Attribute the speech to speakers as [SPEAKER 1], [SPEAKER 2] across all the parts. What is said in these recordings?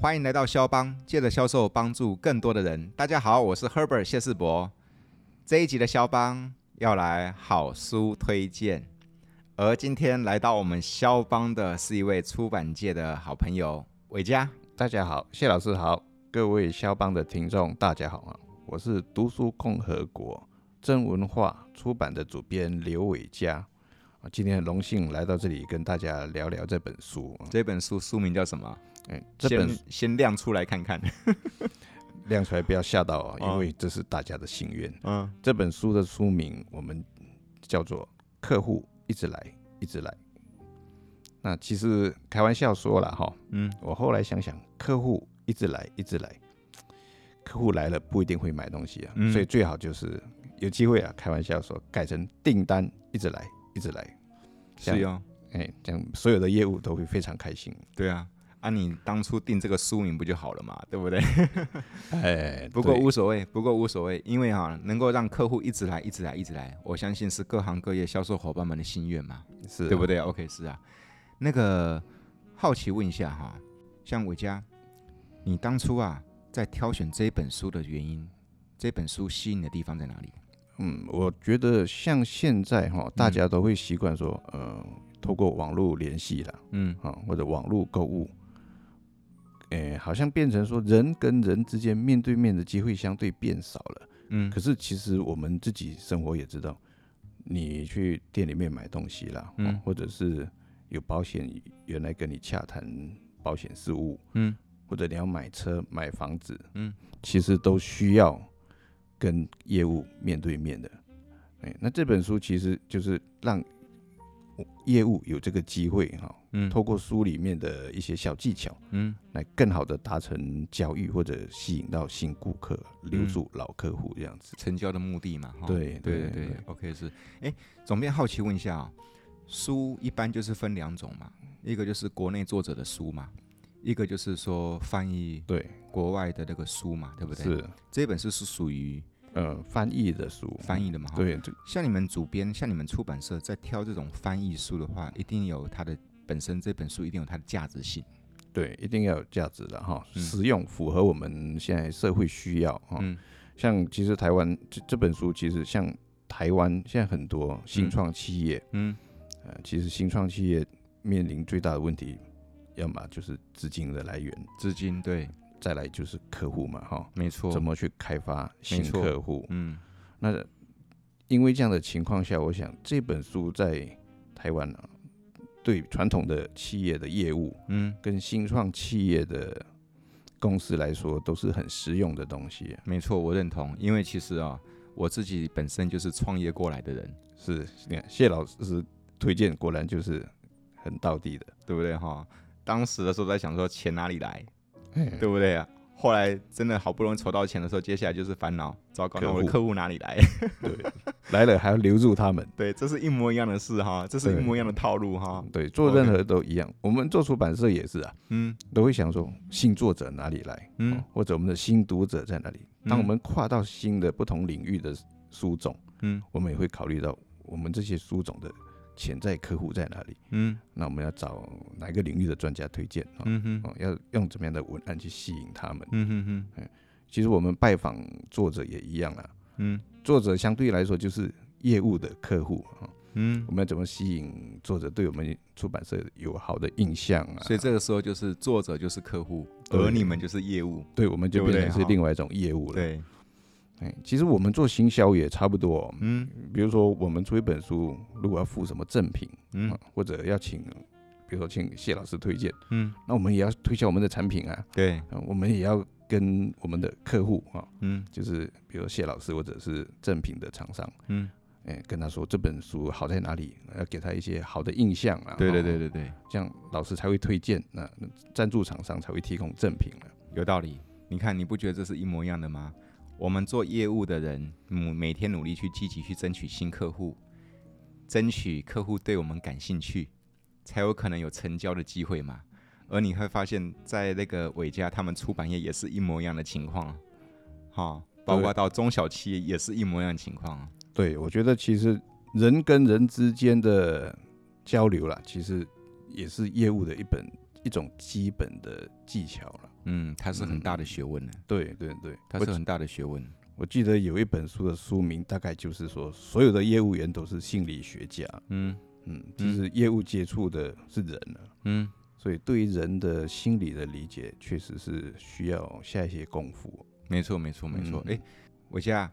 [SPEAKER 1] 欢迎来到肖邦，借着销售帮助更多的人。大家好，我是 Herbert 谢世博。这一集的肖邦要来好书推荐，而今天来到我们肖邦的是一位出版界的好朋友伟嘉。
[SPEAKER 2] 大家好，谢老师好，各位肖邦的听众大家好啊，我是读书共和国真文化出版的主编刘伟嘉啊，今天很荣幸来到这里跟大家聊聊这本书。啊
[SPEAKER 1] 这本书书名叫什么？
[SPEAKER 2] 哎，这本
[SPEAKER 1] 先先亮出来看看。
[SPEAKER 2] 亮出来不要吓到啊，
[SPEAKER 1] 哦
[SPEAKER 2] 因为这是大家的心愿。
[SPEAKER 1] 嗯，
[SPEAKER 2] 这本书的书名我们叫做《客户一直来，一直来》。那其实开玩笑说了哈，
[SPEAKER 1] 嗯，
[SPEAKER 2] 我后来想想，客户一直来，一直来，客户来了不一定会买东西啊，
[SPEAKER 1] 嗯
[SPEAKER 2] 所以最好就是有机会啊，开玩笑说改成订单一直来，一直来，这样
[SPEAKER 1] 是哦，
[SPEAKER 2] 哎，这样所有的业务都会非常开心。
[SPEAKER 1] 对啊。啊，你当初定这个书名不就好了嘛，对 不对？
[SPEAKER 2] 哎，
[SPEAKER 1] 不过
[SPEAKER 2] 对
[SPEAKER 1] 无所谓，不过无所谓，因为哈、能够让客户一直来，一直来，一直来，我相信是各行各业销售伙伴们的心愿嘛，
[SPEAKER 2] 是啊
[SPEAKER 1] 对不对？OK，是啊。那个好奇问一下哈、像伟嘉，你当初啊在挑选这本书的原因，这本书吸引你的地方在哪里？
[SPEAKER 2] 嗯，我觉得像现在哈，大家都会习惯说，呃，透过网络联系啦，
[SPEAKER 1] 嗯
[SPEAKER 2] 啊，或者网络购物，诶、好像变成说人跟人之间面对面的机会相对变少了。
[SPEAKER 1] 嗯
[SPEAKER 2] 可是其实我们自己生活也知道，你去店里面买东西啦，
[SPEAKER 1] 嗯
[SPEAKER 2] 嗯，或者是有保险原来跟你洽谈保险事务，
[SPEAKER 1] 嗯
[SPEAKER 2] 或者你要买车、买房子，
[SPEAKER 1] 嗯，
[SPEAKER 2] 其实都需要跟业务面对面的。哎，那这本书其实就是让业务有这个机会哈、
[SPEAKER 1] 嗯
[SPEAKER 2] 透过书里面的一些小技巧，
[SPEAKER 1] 嗯
[SPEAKER 2] 来更好的达成交易或者吸引到新顾客，留
[SPEAKER 1] 嗯
[SPEAKER 2] 住老客户这样子。
[SPEAKER 1] 成交的目的嘛。哈
[SPEAKER 2] 对
[SPEAKER 1] 对对
[SPEAKER 2] 对对
[SPEAKER 1] ，OK 是。哎，总编好奇问一下啊、书一般就是分两种嘛，一个就是国内作者的书嘛，一个就是说翻译
[SPEAKER 2] 对，
[SPEAKER 1] 国外的那个书嘛，对不对？。
[SPEAKER 2] 是
[SPEAKER 1] 这本书是属于
[SPEAKER 2] 呃翻译的书，
[SPEAKER 1] 翻译的哦嘛？哈。
[SPEAKER 2] 对，这
[SPEAKER 1] 像你们主编，像你们出版社在挑这种翻译书的话，一定有它的本身这本书一定有它的价值性。
[SPEAKER 2] 对一定要有价值的哈，
[SPEAKER 1] 嗯
[SPEAKER 2] 实用符合我们现在社会需要哈。
[SPEAKER 1] 嗯
[SPEAKER 2] 像其实台湾这这本书，其实像台湾现在很多新创企业，
[SPEAKER 1] 嗯
[SPEAKER 2] 呃，其实新创企业面临最大的问题，要么就是资金的来源，
[SPEAKER 1] 资金对，
[SPEAKER 2] 再来就是客户嘛，哈，
[SPEAKER 1] 没错。
[SPEAKER 2] 怎么去开发
[SPEAKER 1] 没
[SPEAKER 2] 新
[SPEAKER 1] 错
[SPEAKER 2] 客户？
[SPEAKER 1] 嗯
[SPEAKER 2] 那因为这样的情况下，我想这本书在台湾啊，对传统的企业的业务
[SPEAKER 1] 嗯，
[SPEAKER 2] 跟新创企业的公司来说，都是很实用的东西啊、
[SPEAKER 1] 没错，我认同，因为其实啊、我自己本身就是创业过来的人。
[SPEAKER 2] 是，你看谢老师推荐，果然就是很到地的。
[SPEAKER 1] 对不对哈？当时的时候在想说钱哪里来，
[SPEAKER 2] 对
[SPEAKER 1] 对不对啊？后来真的好不容易筹到钱的时候，接下来就是烦恼，糟糕，
[SPEAKER 2] 客
[SPEAKER 1] 那
[SPEAKER 2] 户
[SPEAKER 1] 我的客户哪里 来？
[SPEAKER 2] 对，来了还要留住他们。
[SPEAKER 1] 对，这是一模一样的事哈，这是一
[SPEAKER 2] 对
[SPEAKER 1] 模一样的套路哈。
[SPEAKER 2] 对，做任何都一样。我们做出版社也是啊，
[SPEAKER 1] 嗯
[SPEAKER 2] 都会想说新作者哪里来，
[SPEAKER 1] 嗯
[SPEAKER 2] 嗯，或者我们的新读者在哪里。当我
[SPEAKER 1] 嗯
[SPEAKER 2] 们跨到新的不同领域的书种，
[SPEAKER 1] 嗯
[SPEAKER 2] 我们也会考虑到我们这些书种的潜在客户在哪里。
[SPEAKER 1] 嗯
[SPEAKER 2] 那我们要找哪个领域的专家推荐啊？
[SPEAKER 1] 嗯哼
[SPEAKER 2] 哦，要用怎么样的文案去吸引他们？
[SPEAKER 1] 嗯哼哼
[SPEAKER 2] 其实我们拜访作者也一样啊，
[SPEAKER 1] 嗯
[SPEAKER 2] 作者相对来说就是业务的客户啊，
[SPEAKER 1] 嗯
[SPEAKER 2] 我，们要怎么吸引作者对我们出版社有好的印象啊？
[SPEAKER 1] 所以这个时候就是作者就是客户，
[SPEAKER 2] 对
[SPEAKER 1] 而你们就是业务。
[SPEAKER 2] 对我们就
[SPEAKER 1] 对不对
[SPEAKER 2] 变成是
[SPEAKER 1] 哈
[SPEAKER 2] 另外一种业务了。
[SPEAKER 1] 对，
[SPEAKER 2] 哎，其实我们做行销也差不多哦、
[SPEAKER 1] 嗯
[SPEAKER 2] 比如说我们出一本书，如果要附什么赠品，
[SPEAKER 1] 嗯
[SPEAKER 2] 啊或者要请，比如说请谢老师推荐，
[SPEAKER 1] 嗯，
[SPEAKER 2] 那我们也要推销我们的产品啊，
[SPEAKER 1] 对，
[SPEAKER 2] 啊我们也要跟我们的客户啊，
[SPEAKER 1] 嗯
[SPEAKER 2] 就是比如说谢老师或者是赠品的厂商。
[SPEAKER 1] 嗯，
[SPEAKER 2] 哎，跟他说这本书好在哪里，要给他一些好的印象啊。
[SPEAKER 1] 对对
[SPEAKER 2] 哦
[SPEAKER 1] 对对对，
[SPEAKER 2] 这样老师才会推荐，那那赞助厂商才会提供赠品啊了。
[SPEAKER 1] 有道理。你看，你不觉得这是一模一样的吗？我们做业务的人，嗯，每天努力去积极去争取新客户，争取客户对我们感兴趣，才有可能有成交的机会嘛。而你会发现在那个伟嘉他们出版业也是一模一样的情况，哈、包括到中小企业也是一模一样的情况。啊
[SPEAKER 2] 对，我觉得其实人跟人之间的交流啦，其实也是业务的一本一种基本的技巧了。
[SPEAKER 1] 嗯，它是很大的学问呢、
[SPEAKER 2] 对对对，
[SPEAKER 1] 它
[SPEAKER 2] 我
[SPEAKER 1] 是很大的学问。
[SPEAKER 2] 我记得有一本书的书名大概就是说，所有的业务员都是心理学家。
[SPEAKER 1] 嗯
[SPEAKER 2] 嗯，其实业务接触的是人啊，
[SPEAKER 1] 嗯，
[SPEAKER 2] 所以对于人的心理的理解，确实是需要下一些功夫。
[SPEAKER 1] 没错没错没错。
[SPEAKER 2] 嗯
[SPEAKER 1] 诶，我家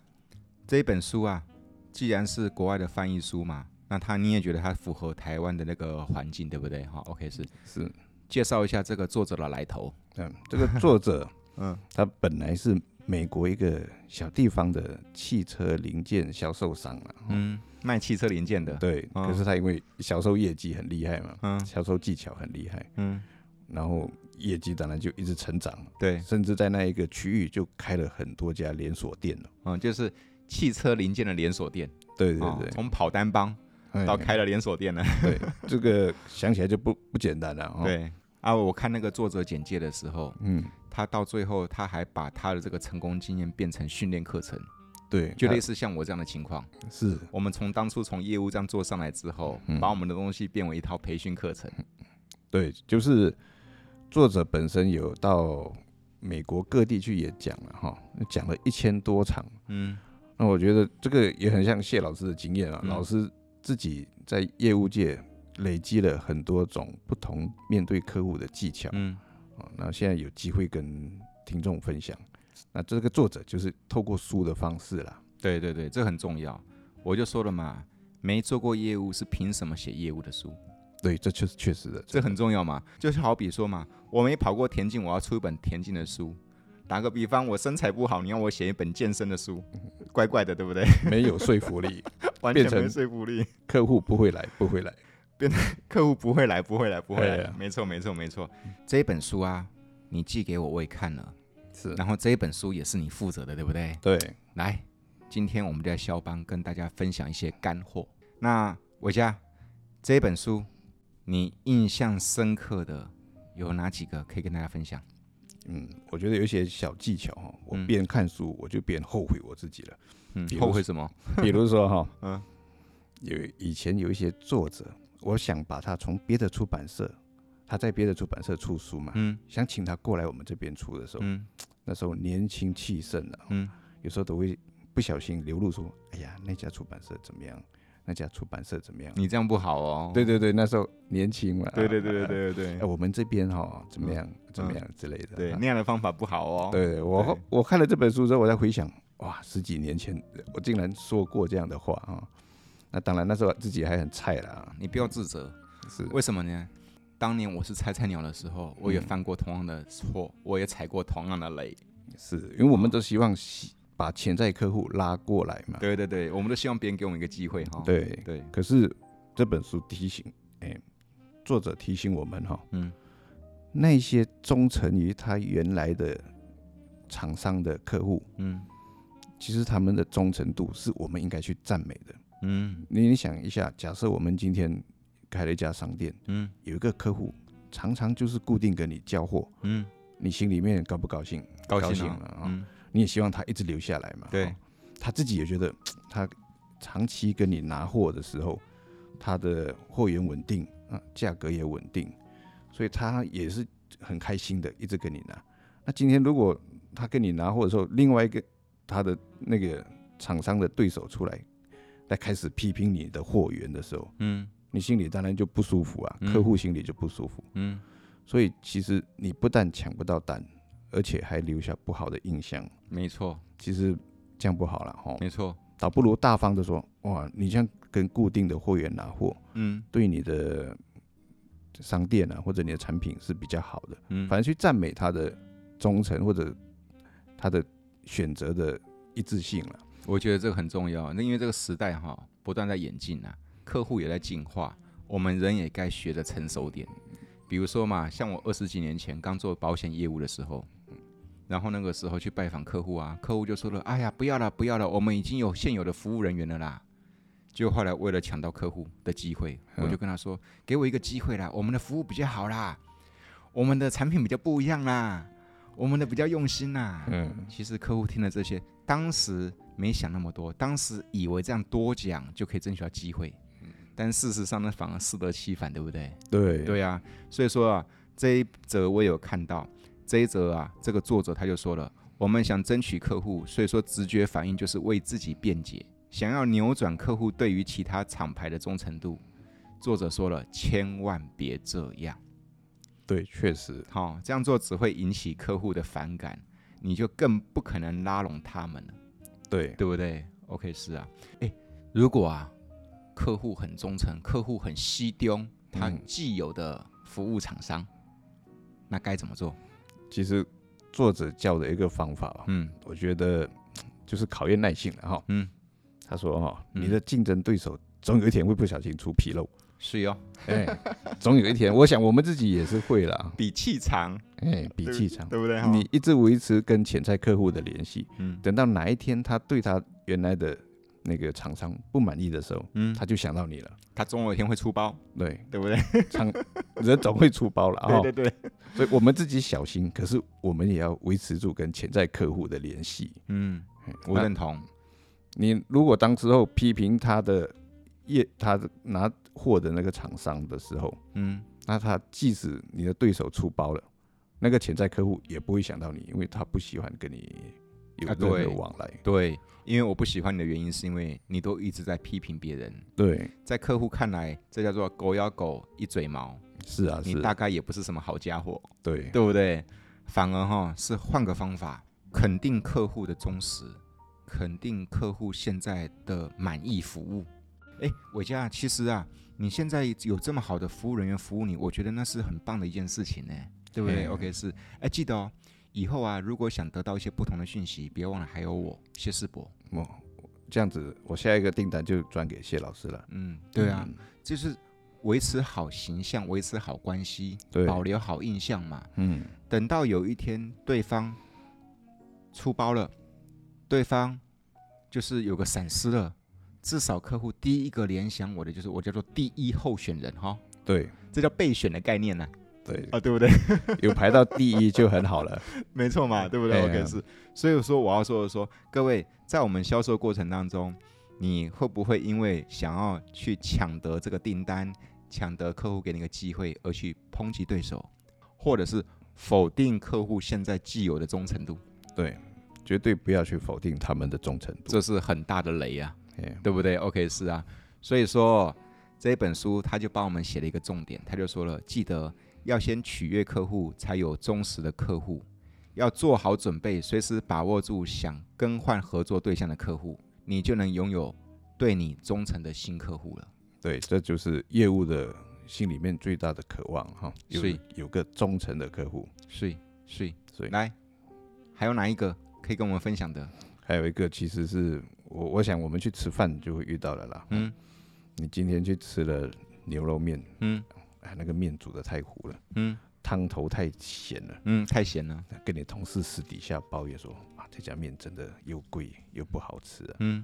[SPEAKER 1] 这一本书啊，既然是国外的翻译书嘛，那它你也觉得它符合台湾的那个环境，对不对？哈，OK 是
[SPEAKER 2] 是，
[SPEAKER 1] 介绍一下这个作者的来头。
[SPEAKER 2] 嗯，这个作者，
[SPEAKER 1] 嗯，
[SPEAKER 2] 他本来是美国一个小地方的汽车零件销售商啊，
[SPEAKER 1] 嗯，卖汽车零件的。
[SPEAKER 2] 对，
[SPEAKER 1] 哦
[SPEAKER 2] 可是他因为销售业绩很厉害嘛，
[SPEAKER 1] 嗯
[SPEAKER 2] 销售技巧很厉害，
[SPEAKER 1] 嗯，
[SPEAKER 2] 然后业绩当然就一直成长，
[SPEAKER 1] 对，
[SPEAKER 2] 甚至在那一个区域就开了很多家连锁店了。
[SPEAKER 1] 嗯，就是汽车零件的连锁店。
[SPEAKER 2] 对
[SPEAKER 1] 哦
[SPEAKER 2] 对对，
[SPEAKER 1] 从跑单帮
[SPEAKER 2] 哎
[SPEAKER 1] 到开了连锁店了。
[SPEAKER 2] 对这个想起来就不不简单了哦。，
[SPEAKER 1] 对啊，我看那个作者简介的时候，
[SPEAKER 2] 嗯，
[SPEAKER 1] 他到最后他还把他的这个成功经验变成训练课程，
[SPEAKER 2] 对，
[SPEAKER 1] 就
[SPEAKER 2] 他
[SPEAKER 1] 类似像我这样的情况。
[SPEAKER 2] 是
[SPEAKER 1] 我们从当初从业务这样做上来之后，
[SPEAKER 2] 嗯
[SPEAKER 1] 把我们的东西变为一套培训课程。
[SPEAKER 2] 对，就是作者本身有到美国各地去演讲了哈，讲了一千多场。
[SPEAKER 1] 嗯
[SPEAKER 2] 那我觉得这个也很像谢老师的经验啊，
[SPEAKER 1] 嗯
[SPEAKER 2] 老师自己在业务界累积了很多种不同面对客户的技巧啊、
[SPEAKER 1] 嗯，
[SPEAKER 2] 那现在有机会跟听众分享。那这个作者就是透过书的方式啦，
[SPEAKER 1] 对对对，这很重要。我就说了嘛，没做过业务是凭什么写业务的书？
[SPEAKER 2] 对，这确实确实的，
[SPEAKER 1] 这很重要嘛。就是好比说嘛，我没跑过田径，我要出一本田径的书。打个比方，我身材不好，你要我写一本健身的书，
[SPEAKER 2] 嗯
[SPEAKER 1] 怪怪的，对 不对？
[SPEAKER 2] 没有说 服力，
[SPEAKER 1] 完
[SPEAKER 2] 变
[SPEAKER 1] 全没
[SPEAKER 2] 成
[SPEAKER 1] 说服力，
[SPEAKER 2] 客户不会来，不会来。
[SPEAKER 1] 客户不会来，不会来，不会
[SPEAKER 2] 哎
[SPEAKER 1] 来
[SPEAKER 2] 呀。
[SPEAKER 1] 没错，没错，没错。这一本书啊，你寄给我，我也看了。
[SPEAKER 2] 是，
[SPEAKER 1] 然后这一本书也是你负责的，对不对？
[SPEAKER 2] 对，
[SPEAKER 1] 来，今天我们就在肖邦跟大家分享一些干货。那我家这一本书，你印象深刻的有哪几个可以跟大家分享？
[SPEAKER 2] 嗯，我觉得有一些小技巧哈，我
[SPEAKER 1] 嗯
[SPEAKER 2] 边看书我就边后悔我自己了。
[SPEAKER 1] 嗯
[SPEAKER 2] 比，如
[SPEAKER 1] 后悔什么？
[SPEAKER 2] 比如说哈，
[SPEAKER 1] 嗯，
[SPEAKER 2] 有以前有一些作者，我想把他从别的出版社，他在别的出版社出书嘛，
[SPEAKER 1] 嗯
[SPEAKER 2] 想请他过来我们这边出的时候，
[SPEAKER 1] 嗯
[SPEAKER 2] 那时候年轻气盛啊，
[SPEAKER 1] 嗯
[SPEAKER 2] 有时候都会不小心流露出，哎呀，那家出版社怎么样？那家出版社怎么样？
[SPEAKER 1] 你这样不好哦。
[SPEAKER 2] 对对对，那时候年轻嘛，
[SPEAKER 1] 对对对
[SPEAKER 2] 啊。啊
[SPEAKER 1] 对对
[SPEAKER 2] 哎，
[SPEAKER 1] 对
[SPEAKER 2] 我们这边哈怎么
[SPEAKER 1] 嗯
[SPEAKER 2] 样？怎么
[SPEAKER 1] 嗯
[SPEAKER 2] 样之类的？
[SPEAKER 1] 对，
[SPEAKER 2] 啊
[SPEAKER 1] 那样的方法不好哦。
[SPEAKER 2] 对对，我后我看了这本书之后，我再回想，哇，十几年前我竟然说过这样的话啊！那当然，那时候自己还很菜啦啊，
[SPEAKER 1] 你不要自责，
[SPEAKER 2] 是
[SPEAKER 1] 为什么呢？当年我是菜菜鸟的时候，我也
[SPEAKER 2] 嗯
[SPEAKER 1] 犯过同样的错，我也踩过同样的雷。
[SPEAKER 2] 是，因为我们都希望吸把潜在客户拉过来嘛。
[SPEAKER 1] 对对对，我们都希望别人给我们一个机会哈。
[SPEAKER 2] 对，
[SPEAKER 1] 对，
[SPEAKER 2] 可是这本书提醒，哎，作者提醒我们哈、
[SPEAKER 1] 嗯
[SPEAKER 2] 那些忠诚于他原来的厂商的客户，
[SPEAKER 1] 嗯
[SPEAKER 2] 其实他们的忠诚度是我们应该去赞美的。
[SPEAKER 1] 嗯
[SPEAKER 2] 你你想一下，假设我们今天开了一家商店。
[SPEAKER 1] 嗯
[SPEAKER 2] 有一个客户常常就是固定跟你交货，
[SPEAKER 1] 嗯，
[SPEAKER 2] 你心里面高不高兴？
[SPEAKER 1] 高兴
[SPEAKER 2] 兴
[SPEAKER 1] 啊
[SPEAKER 2] 了啊
[SPEAKER 1] 嗯，
[SPEAKER 2] 你也希望他一直留下来嘛？
[SPEAKER 1] 对
[SPEAKER 2] 哦，他自己也觉得他长期跟你拿货的时候，他的货源稳定啊，价格也稳定，所以他也是很开心的，一直跟你拿。那今天如果他跟你拿货的时候，另外一个他的那个厂商的对手出来，来开始批评你的货源的时候，
[SPEAKER 1] 嗯
[SPEAKER 2] 你心里当然就不舒服啊，
[SPEAKER 1] 嗯
[SPEAKER 2] 客户心里就不舒服。
[SPEAKER 1] 嗯
[SPEAKER 2] 所以其实你不但抢不到单，而且还留下不好的印象。
[SPEAKER 1] 没错
[SPEAKER 2] 其实这样不好了哈，
[SPEAKER 1] 没错，
[SPEAKER 2] 倒不如大方的说，哇，你这样跟固定的货源拿货，
[SPEAKER 1] 嗯
[SPEAKER 2] 对你的商店啊或者你的产品是比较好的。
[SPEAKER 1] 嗯，
[SPEAKER 2] 反正去赞美他的忠诚或者他的选择的一致性了。
[SPEAKER 1] 我觉得这个很重要，那因为这个时代哈不断在演进啊，客户也在进化，我们人也该学着成熟点。比如说嘛，像我二十几年前刚做保险业务的时候，然后那个时候去拜访客户啊，客户就说了：“哎呀，不要了，不要了，我们已经有现有的服务人员了啦。”就后来为了抢到客户的机会，
[SPEAKER 2] 嗯
[SPEAKER 1] 我就跟他说：“给我一个机会啦，我们的服务比较好啦，我们的产品比较不一样啦，我们的比较用心啦。”
[SPEAKER 2] 嗯，
[SPEAKER 1] 其实客户听了这些，当时没想那么多，当时以为这样多讲就可以争取到机会，但事实上呢，反而适得其反，对不对？
[SPEAKER 2] 对
[SPEAKER 1] 对啊，所以说啊，这一则我有看到，这一则啊，这个作者他就说了，我们想争取客户，所以说直觉反应就是为自己辩解，想要扭转客户对于其他厂牌的忠诚度。作者说了，千万别这样，
[SPEAKER 2] 对，确实，
[SPEAKER 1] 好、这样做只会引起客户的反感，你就更不可能拉拢他们了，
[SPEAKER 2] 对，
[SPEAKER 1] 对不对？OK，是啊，诶，如果啊，客户很忠诚，客户很吸丢他
[SPEAKER 2] 嗯
[SPEAKER 1] 既有的服务厂商，那该怎么做？
[SPEAKER 2] 其实作者教的一个方法吧，
[SPEAKER 1] 嗯
[SPEAKER 2] 我觉得就是考验耐性了哈。
[SPEAKER 1] 嗯，
[SPEAKER 2] 他说哈，
[SPEAKER 1] 嗯
[SPEAKER 2] 你的竞争对手总有一天会不小心出纰漏，
[SPEAKER 1] 是哟、
[SPEAKER 2] 哎， 总有一天，我想我们自己也是会啦，
[SPEAKER 1] 比气长，
[SPEAKER 2] 哎，比气场，
[SPEAKER 1] 对不对？
[SPEAKER 2] 你一直维持跟潜在客户的联系，
[SPEAKER 1] 嗯
[SPEAKER 2] 等到哪一天他对他原来的那个厂商不满意的时候，
[SPEAKER 1] 嗯，
[SPEAKER 2] 他就想到你了。
[SPEAKER 1] 他总有一天会出包，
[SPEAKER 2] 对，
[SPEAKER 1] 对不对？
[SPEAKER 2] 厂人总会出包了啊、
[SPEAKER 1] 对对对，
[SPEAKER 2] 所以我们自己小心，可是我们也要维持住跟潜在客户的联系。
[SPEAKER 1] 嗯，
[SPEAKER 2] 嗯
[SPEAKER 1] 我认同，
[SPEAKER 2] 你如果当时候批评他的业，他的拿货的那个厂商的时候，
[SPEAKER 1] 嗯，
[SPEAKER 2] 那他即使你的对手出包了，那个潜在客户也不会想到你，因为他不喜欢跟你有
[SPEAKER 1] 啊
[SPEAKER 2] 任何
[SPEAKER 1] 对
[SPEAKER 2] 往来。
[SPEAKER 1] 对，因为我不喜欢你的原因是因为你都一直在批评别人，
[SPEAKER 2] 对，
[SPEAKER 1] 在客户看来，这叫做狗咬狗一嘴毛，
[SPEAKER 2] 是啊，
[SPEAKER 1] 你
[SPEAKER 2] 是
[SPEAKER 1] 大概也不是什么好家伙，
[SPEAKER 2] 对
[SPEAKER 1] 对不对？反而哈是换个方法，肯定客户的忠实，肯定客户现在的满意服务。哎，伟嘉，其实啊，你现在有这么好的服务人员服务你，我觉得那是很棒的一件事情呢，对不对
[SPEAKER 2] 嗯
[SPEAKER 1] ？OK，是。哎，记得哦，以后啊，如果想得到一些不同的讯息，别忘了还有我谢世博。
[SPEAKER 2] 哦，这样子，我下一个订单就转给谢老师了。
[SPEAKER 1] 嗯，对啊，
[SPEAKER 2] 嗯，
[SPEAKER 1] 就是维持好形象，维持好关系，
[SPEAKER 2] 对，
[SPEAKER 1] 保留好印象嘛。
[SPEAKER 2] 嗯，
[SPEAKER 1] 等到有一天对方出包了，对方就是有个闪失了，至少客户第一个联想我的就是我叫做第一候选人哈，
[SPEAKER 2] 对
[SPEAKER 1] 这叫备选的概念呢
[SPEAKER 2] 对，
[SPEAKER 1] 啊，对不对？
[SPEAKER 2] 有排到第一就很好了。
[SPEAKER 1] 没错嘛，对不对
[SPEAKER 2] 哎呀
[SPEAKER 1] ？OK 是，所以说我要说的说，各位在我们销售过程当中，你会不会因为想要去抢得这个订单，抢得客户给你个机会而去抨击对手，或者是否定客户现在既有的忠诚度？
[SPEAKER 2] 对，绝对不要去否定他们的忠诚度。
[SPEAKER 1] 这是很大的雷啊，
[SPEAKER 2] 哎
[SPEAKER 1] 对不对？OK，是啊，所以说这一本书他就帮我们写了一个重点，他就说了，记得要先取悦客户，才有忠实的客户，要做好准备，随时把握住想更换合作对象的客户，你就能拥有对你忠诚的新客户了。
[SPEAKER 2] 对，这就是业务的心里面最大的渴望哈，有
[SPEAKER 1] 是
[SPEAKER 2] 有个忠诚的客户。
[SPEAKER 1] 是是，
[SPEAKER 2] 所以
[SPEAKER 1] 来，还有哪一个可以跟我们分享的？
[SPEAKER 2] 还有一个其实是我我想我们去吃饭就会遇到了啦。
[SPEAKER 1] 嗯
[SPEAKER 2] 你今天去吃了牛肉面，
[SPEAKER 1] 嗯
[SPEAKER 2] 哎，那个面煮的太糊了，
[SPEAKER 1] 嗯
[SPEAKER 2] 汤头太咸了。
[SPEAKER 1] 嗯，太咸了。
[SPEAKER 2] 跟你同事私底下抱怨说啊，这家面真的又贵又不好吃啊。
[SPEAKER 1] 嗯，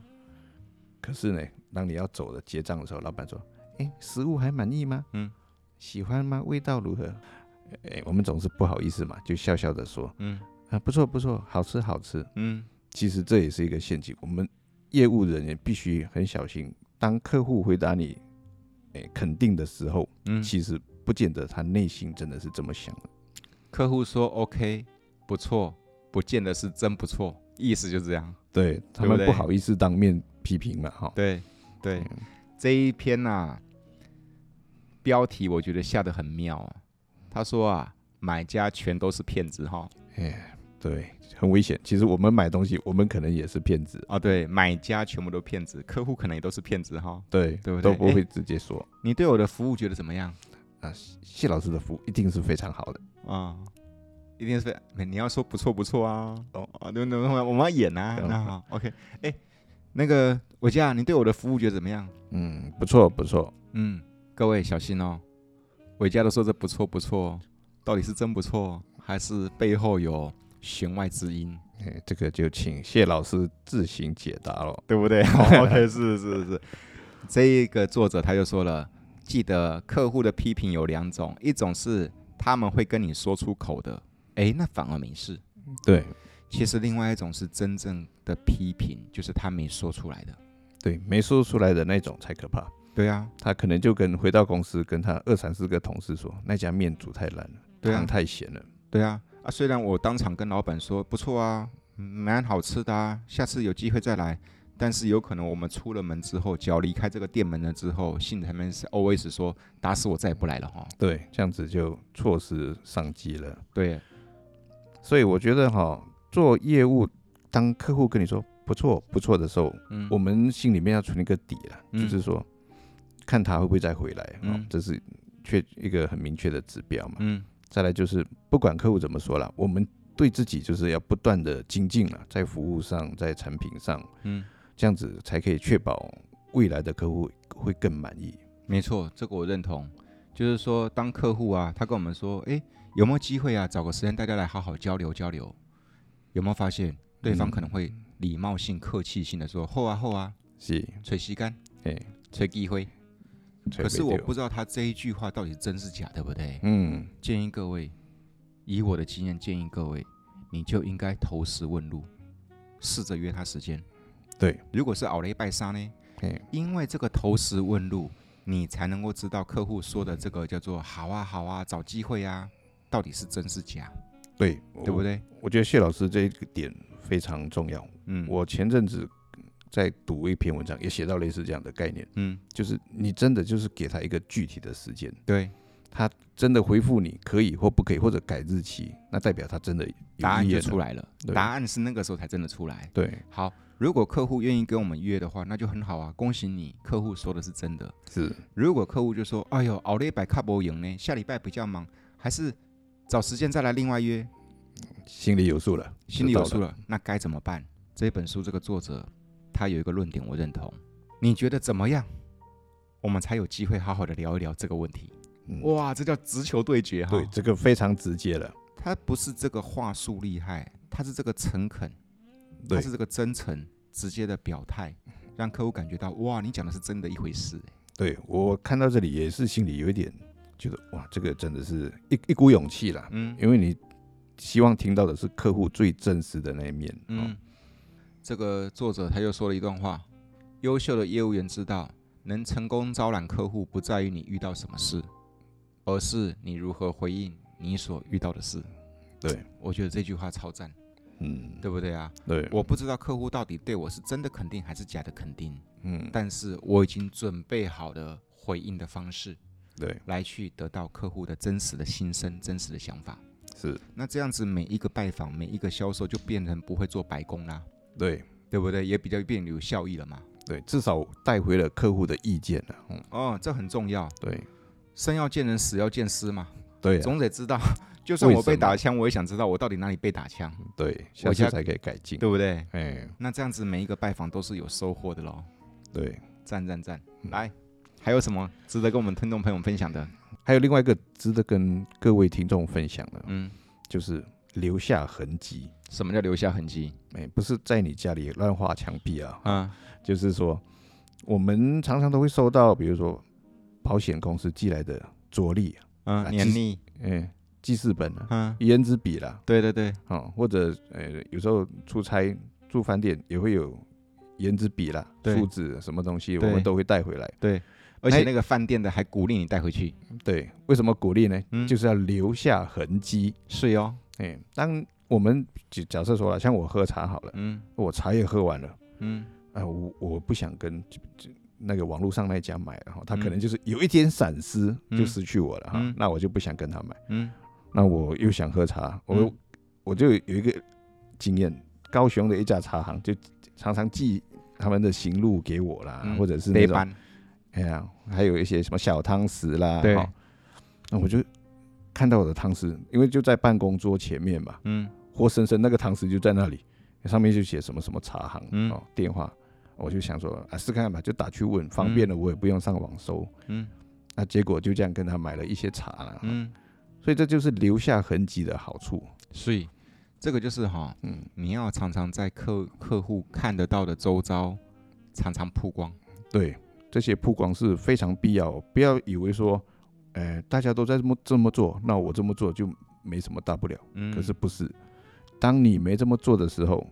[SPEAKER 2] 可是呢，当你要走了结账的时候，老板说：“哎，食物还满意吗？
[SPEAKER 1] 嗯，
[SPEAKER 2] 喜欢吗？味道如何？”哎，我们总是不好意思嘛，就笑笑的说：“
[SPEAKER 1] 嗯
[SPEAKER 2] 啊，不错不错，好吃好吃。
[SPEAKER 1] 嗯，”
[SPEAKER 2] 其实这也是一个陷阱，我们业务人员必须很小心。当客户回答你哎肯定的时候，
[SPEAKER 1] 嗯
[SPEAKER 2] 其实不见得他内心真的是这么想的。
[SPEAKER 1] 客户说 OK，不错，不见得是真不错，意思就这样。
[SPEAKER 2] 对他
[SPEAKER 1] 对不
[SPEAKER 2] 们
[SPEAKER 1] 对
[SPEAKER 2] 不好意思当面批评嘛，哈。
[SPEAKER 1] 对对
[SPEAKER 2] 嗯，
[SPEAKER 1] 这一篇呐、标题我觉得下得很妙啊。他说啊，买家全都是骗子哈
[SPEAKER 2] 哎，对，很危险。其实我们买东西，我们可能也是骗子，
[SPEAKER 1] 啊，对，买家全部都骗子，客户可能也都是骗子哈。
[SPEAKER 2] 对，
[SPEAKER 1] 对不对
[SPEAKER 2] 都不会直接说。
[SPEAKER 1] 你对我的服务觉得怎么样
[SPEAKER 2] 啊，谢老师的服务一定是非常好的。
[SPEAKER 1] 啊？一定是没你要说不错不错啊，
[SPEAKER 2] 哦
[SPEAKER 1] 啊，对对对，我们要演啊，
[SPEAKER 2] 嗯
[SPEAKER 1] 那好，OK，哎，那个我家你对我的服务觉得怎么样？
[SPEAKER 2] 嗯，不错不错，
[SPEAKER 1] 嗯，各位小心哦，伟嘉都说这不错不错，哦到底是真不错，哦还是背后有弦外之音，
[SPEAKER 2] 哎，这个就请谢老师自行解答了。
[SPEAKER 1] 对不 对哦？OK，是是是，这一个作者他就说了，记得客户的批评有两种，一种是他们会跟你说出口的，诶，那反而没事；
[SPEAKER 2] 对
[SPEAKER 1] 其实另外一种是真正的批评，就是他没说出来的。
[SPEAKER 2] 对，没说出来的那种才可怕。
[SPEAKER 1] 对啊，
[SPEAKER 2] 他可能就跟回到公司，跟他二三四个同事说，那家面煮太烂了，
[SPEAKER 1] 对啊
[SPEAKER 2] 汤太咸了。
[SPEAKER 1] 对啊，啊，虽然我当场跟老板说不错啊，嗯蛮好吃的啊，下次有机会再来。但是有可能我们出了门之后，脚离开这个店门了之后，信他们是 always 说打死我再也不来了哈。
[SPEAKER 2] 对，这样子就错失商机了。
[SPEAKER 1] 对，
[SPEAKER 2] 所以我觉得哈、做业务，当客户跟你说不错不错的时候，
[SPEAKER 1] 嗯
[SPEAKER 2] 我们心里面要存一个底了，
[SPEAKER 1] 嗯
[SPEAKER 2] 就是说看他会不会再回来，哦
[SPEAKER 1] 嗯
[SPEAKER 2] 这是确一个很明确的指标嘛。
[SPEAKER 1] 嗯
[SPEAKER 2] 再来就是不管客户怎么说了，我们对自己就是要不断的精进了，在服务上，在产品上，
[SPEAKER 1] 嗯，
[SPEAKER 2] 这样子才可以确保未来的客户会更满意。
[SPEAKER 1] 没错，这个我认同。就是说，当客户啊，他跟我们说，诶，有没有机会啊，找个时间大家来好好交流交流，有没有发现对方
[SPEAKER 2] 嗯
[SPEAKER 1] 可能会礼貌性、客气性的说后啊后啊，
[SPEAKER 2] 是，
[SPEAKER 1] 吹吸干，
[SPEAKER 2] 哎，
[SPEAKER 1] 吹机灰。
[SPEAKER 2] 才
[SPEAKER 1] 可是
[SPEAKER 2] 不
[SPEAKER 1] 我
[SPEAKER 2] 会
[SPEAKER 1] 不
[SPEAKER 2] 丢，
[SPEAKER 1] 知道他这一句话到底是真是假，对不对？
[SPEAKER 2] 哦嗯，
[SPEAKER 1] 建议各位，以我的经验建议各位，你就应该投石问路，试着约他时间。
[SPEAKER 2] 对，
[SPEAKER 1] 如果是熬雷拜沙呢？
[SPEAKER 2] 哎，
[SPEAKER 1] 因为这个投石问路，你才能够知道客户说的这个叫做“好啊好啊，找机会啊”，到底是真是假，
[SPEAKER 2] 对，
[SPEAKER 1] 对不？对？
[SPEAKER 2] 我觉得谢老师这一个点非常重要。
[SPEAKER 1] 嗯，
[SPEAKER 2] 我前阵子在读一篇文章，也写到类似这样的概念，
[SPEAKER 1] 嗯
[SPEAKER 2] 就是你真的就是给他一个具体的时间，
[SPEAKER 1] 对，
[SPEAKER 2] 他真的回复你可以或不可以，或者改日期，那代表他真的有
[SPEAKER 1] 答案
[SPEAKER 2] 意
[SPEAKER 1] 就
[SPEAKER 2] 愿
[SPEAKER 1] 出
[SPEAKER 2] 了。
[SPEAKER 1] 来了，
[SPEAKER 2] 对
[SPEAKER 1] 答案是那个时候才真的出来。
[SPEAKER 2] 对，
[SPEAKER 1] 好，如果客户愿意跟我们约的话，那就很好啊，恭喜你，客户说的是真的。
[SPEAKER 2] 是，
[SPEAKER 1] 如果客户就说：“哎呦，熬了一百卡不赢呢，下礼拜比较忙，还是找时间再来另外约。
[SPEAKER 2] 心里有数了”，
[SPEAKER 1] 心里有数
[SPEAKER 2] 了。
[SPEAKER 1] 了，那该怎么办？这本书这个作者他有一个论点，我认同。你觉得怎么样？我们才有机会好好的聊一聊这个问题。
[SPEAKER 2] 嗯
[SPEAKER 1] 哇，这叫直球对决哈！
[SPEAKER 2] 对，这个非常直接了。
[SPEAKER 1] 他不是这个话术厉害，他是这个诚恳，
[SPEAKER 2] 对
[SPEAKER 1] 他是这个真诚直接的表态，让客户感觉到哇，你讲的是真的一回事。
[SPEAKER 2] 对我看到这里也是心里有一点觉得，哇，这个真的是一一股勇气啦，
[SPEAKER 1] 嗯
[SPEAKER 2] 因为你希望听到的是客户最真实的那一面。哦
[SPEAKER 1] 嗯，这个作者他又说了一段话：优秀的业务员知道，能成功招揽客户，不在于你遇到什么事，而是你如何回应你所遇到的事。
[SPEAKER 2] 对，
[SPEAKER 1] 我觉得这句话超赞，
[SPEAKER 2] 嗯，
[SPEAKER 1] 对不对啊？
[SPEAKER 2] 对，
[SPEAKER 1] 我不知道客户到底对我是真的肯定还是假的肯定，
[SPEAKER 2] 嗯，
[SPEAKER 1] 但是我已经准备好了回应的方式，
[SPEAKER 2] 对，
[SPEAKER 1] 来去得到客户的真实的心声、真实的想法。
[SPEAKER 2] 是，
[SPEAKER 1] 那这样子，每一个拜访、每一个销售就变成不会做白工啦、
[SPEAKER 2] 对
[SPEAKER 1] 对不对？也比较变有效益了嘛。
[SPEAKER 2] 对，至少带回了客户的意见了。嗯，
[SPEAKER 1] 哦，这很重要，
[SPEAKER 2] 对
[SPEAKER 1] 生要见人，死要见尸嘛，
[SPEAKER 2] 对啊
[SPEAKER 1] 总得知道。 就算我
[SPEAKER 2] 为什么
[SPEAKER 1] 被打枪，我也想知道我到底哪里被打枪，
[SPEAKER 2] 对，
[SPEAKER 1] 我
[SPEAKER 2] 下
[SPEAKER 1] 家
[SPEAKER 2] 次才可以改进。
[SPEAKER 1] 对不对？
[SPEAKER 2] 哎，
[SPEAKER 1] 那这样子每一个拜访都是有收获的喽，
[SPEAKER 2] 对，
[SPEAKER 1] 赞赞赞！
[SPEAKER 2] 嗯
[SPEAKER 1] 来，还有什么值得跟我们听众朋友们分享的？
[SPEAKER 2] 还有另外一个值得跟各位听众分享的，
[SPEAKER 1] 嗯，
[SPEAKER 2] 就是留下痕迹。
[SPEAKER 1] 什么叫留下痕迹？
[SPEAKER 2] 哎，不是在你家里乱画墙壁啊，
[SPEAKER 1] 嗯
[SPEAKER 2] 就是说，我们常常都会收到，比如说保险公司寄来的着力，
[SPEAKER 1] 嗯，
[SPEAKER 2] 啊
[SPEAKER 1] 黏
[SPEAKER 2] 其实
[SPEAKER 1] 腻，
[SPEAKER 2] 哎，记事本啊，
[SPEAKER 1] 嗯，
[SPEAKER 2] 胭脂笔啦，
[SPEAKER 1] 对对对，
[SPEAKER 2] 哦，或者呃，有时候出差住饭店也会有颜值笔啦、
[SPEAKER 1] 对
[SPEAKER 2] 数字什么东西，我
[SPEAKER 1] 对
[SPEAKER 2] 们都会带回来。
[SPEAKER 1] 而且
[SPEAKER 2] 哎
[SPEAKER 1] 那个饭店的还鼓励你带回去，
[SPEAKER 2] 对，为什么鼓励呢？
[SPEAKER 1] 嗯
[SPEAKER 2] 就是要留下痕迹。
[SPEAKER 1] 是哦哟，
[SPEAKER 2] 哎，当我们就假设说了，像我喝茶好了，
[SPEAKER 1] 嗯
[SPEAKER 2] 我茶也喝完了，
[SPEAKER 1] 嗯，
[SPEAKER 2] 啊、我我不想跟这这那个网络上那一家买了哈，他可
[SPEAKER 1] 嗯
[SPEAKER 2] 能就是有一点闪失
[SPEAKER 1] 嗯
[SPEAKER 2] 就失去我了哈，
[SPEAKER 1] 嗯
[SPEAKER 2] 那我就不想跟他买。
[SPEAKER 1] 嗯
[SPEAKER 2] 那我又想喝茶，我、
[SPEAKER 1] 嗯
[SPEAKER 2] 我就有一个经验，高雄的一家茶行就常常寄他们的行路给我啦，
[SPEAKER 1] 嗯
[SPEAKER 2] 或者是那
[SPEAKER 1] 得
[SPEAKER 2] 种
[SPEAKER 1] 班，
[SPEAKER 2] 哎呀，还有一些什么小汤匙啦，
[SPEAKER 1] 对
[SPEAKER 2] 哈那我就看到我的汤匙，因为就在办公桌前面嘛，
[SPEAKER 1] 嗯
[SPEAKER 2] 活生生那个汤匙就在那里，上面就写什么什么茶行、
[SPEAKER 1] 嗯
[SPEAKER 2] 哦电话，我就想说啊试看看吧，就打去问，方便了我也不用上网搜，
[SPEAKER 1] 嗯
[SPEAKER 2] 那结果就这样跟他买了一些茶啦，
[SPEAKER 1] 嗯，
[SPEAKER 2] 所以这就是留下痕迹的好处，
[SPEAKER 1] 所以这个就是哈，
[SPEAKER 2] 嗯。
[SPEAKER 1] 你要常常在客客户看得到的周遭，常常曝光。
[SPEAKER 2] 对，这些曝光是非常必要，不要以为说，呃，大家都在这么这么做，那我这么做就没什么大不了。
[SPEAKER 1] 嗯
[SPEAKER 2] 可是不是，当你没这么做的时候，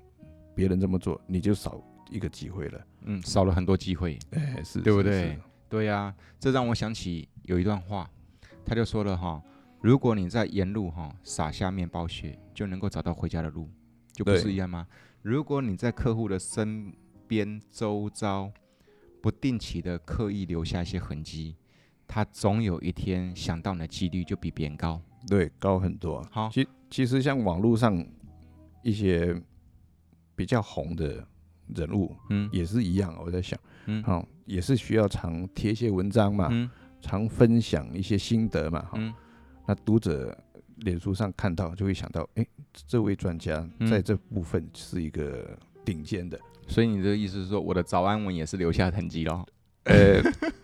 [SPEAKER 2] 别人这么做，你就少一个机会了。
[SPEAKER 1] 嗯，少了很多机会。
[SPEAKER 2] 哎、是，
[SPEAKER 1] 对不
[SPEAKER 2] 是
[SPEAKER 1] 对？对呀、这让我想起有一段话，他就说了哈，如果你在沿路哈、撒下面包屑，就能够找到回家的路，就不
[SPEAKER 2] 对
[SPEAKER 1] 是一样吗？如果你在客户的身边周遭不定期的刻意留下一些痕迹，他总有一天想到你的几率就比别人高。
[SPEAKER 2] 对，高很多。
[SPEAKER 1] 好
[SPEAKER 2] 其其实像网络上一些比较红的人物
[SPEAKER 1] 嗯
[SPEAKER 2] 也是一样，我在想，
[SPEAKER 1] 嗯
[SPEAKER 2] 好、也是需要常贴一些文章嘛，
[SPEAKER 1] 嗯
[SPEAKER 2] 常分享一些心得嘛，哈、哦
[SPEAKER 1] 嗯
[SPEAKER 2] 那读者脸书上看到就会想到，哎，这位专家
[SPEAKER 1] 嗯
[SPEAKER 2] 在这部分是一个顶尖 的，
[SPEAKER 1] 所以你的意思是说，我的早安文也是留下痕迹咯？
[SPEAKER 2] 呃，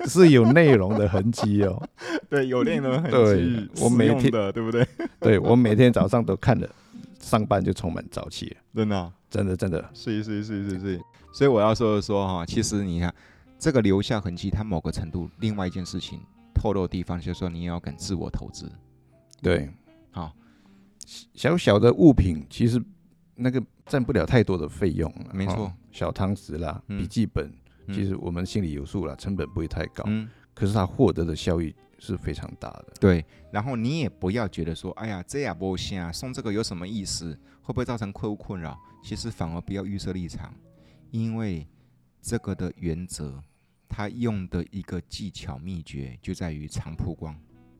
[SPEAKER 2] 是有内容的痕迹哦。
[SPEAKER 1] 对，有那种痕
[SPEAKER 2] 对我每天
[SPEAKER 1] 的，对不对？
[SPEAKER 2] 对我每天早上都看了，上班就充满朝气了，
[SPEAKER 1] 真的、啊
[SPEAKER 2] 真的真的，
[SPEAKER 1] 是是是是是，所以我要说的说哈，其实你看这个留下痕迹，它某个程度，另外一件事情透露的地方就是说，你也要敢自我投资。
[SPEAKER 2] 对，
[SPEAKER 1] 好，
[SPEAKER 2] 小小的物品其实那个占不了太多的费用了，
[SPEAKER 1] 没错
[SPEAKER 2] 哦小汤匙啦、
[SPEAKER 1] 嗯
[SPEAKER 2] 笔记本，
[SPEAKER 1] 嗯
[SPEAKER 2] 其实我们心里有数啦，成本不会太高，
[SPEAKER 1] 嗯，
[SPEAKER 2] 可是它获得的效益是非常大的。
[SPEAKER 1] 对。然后你也不要觉得说，哎呀，这也不行啊，送这个有什么意思？会不会造成客户困扰？其实反而不要预设立场，因为这个的原则，它用的一个技巧秘诀就在于常曝光。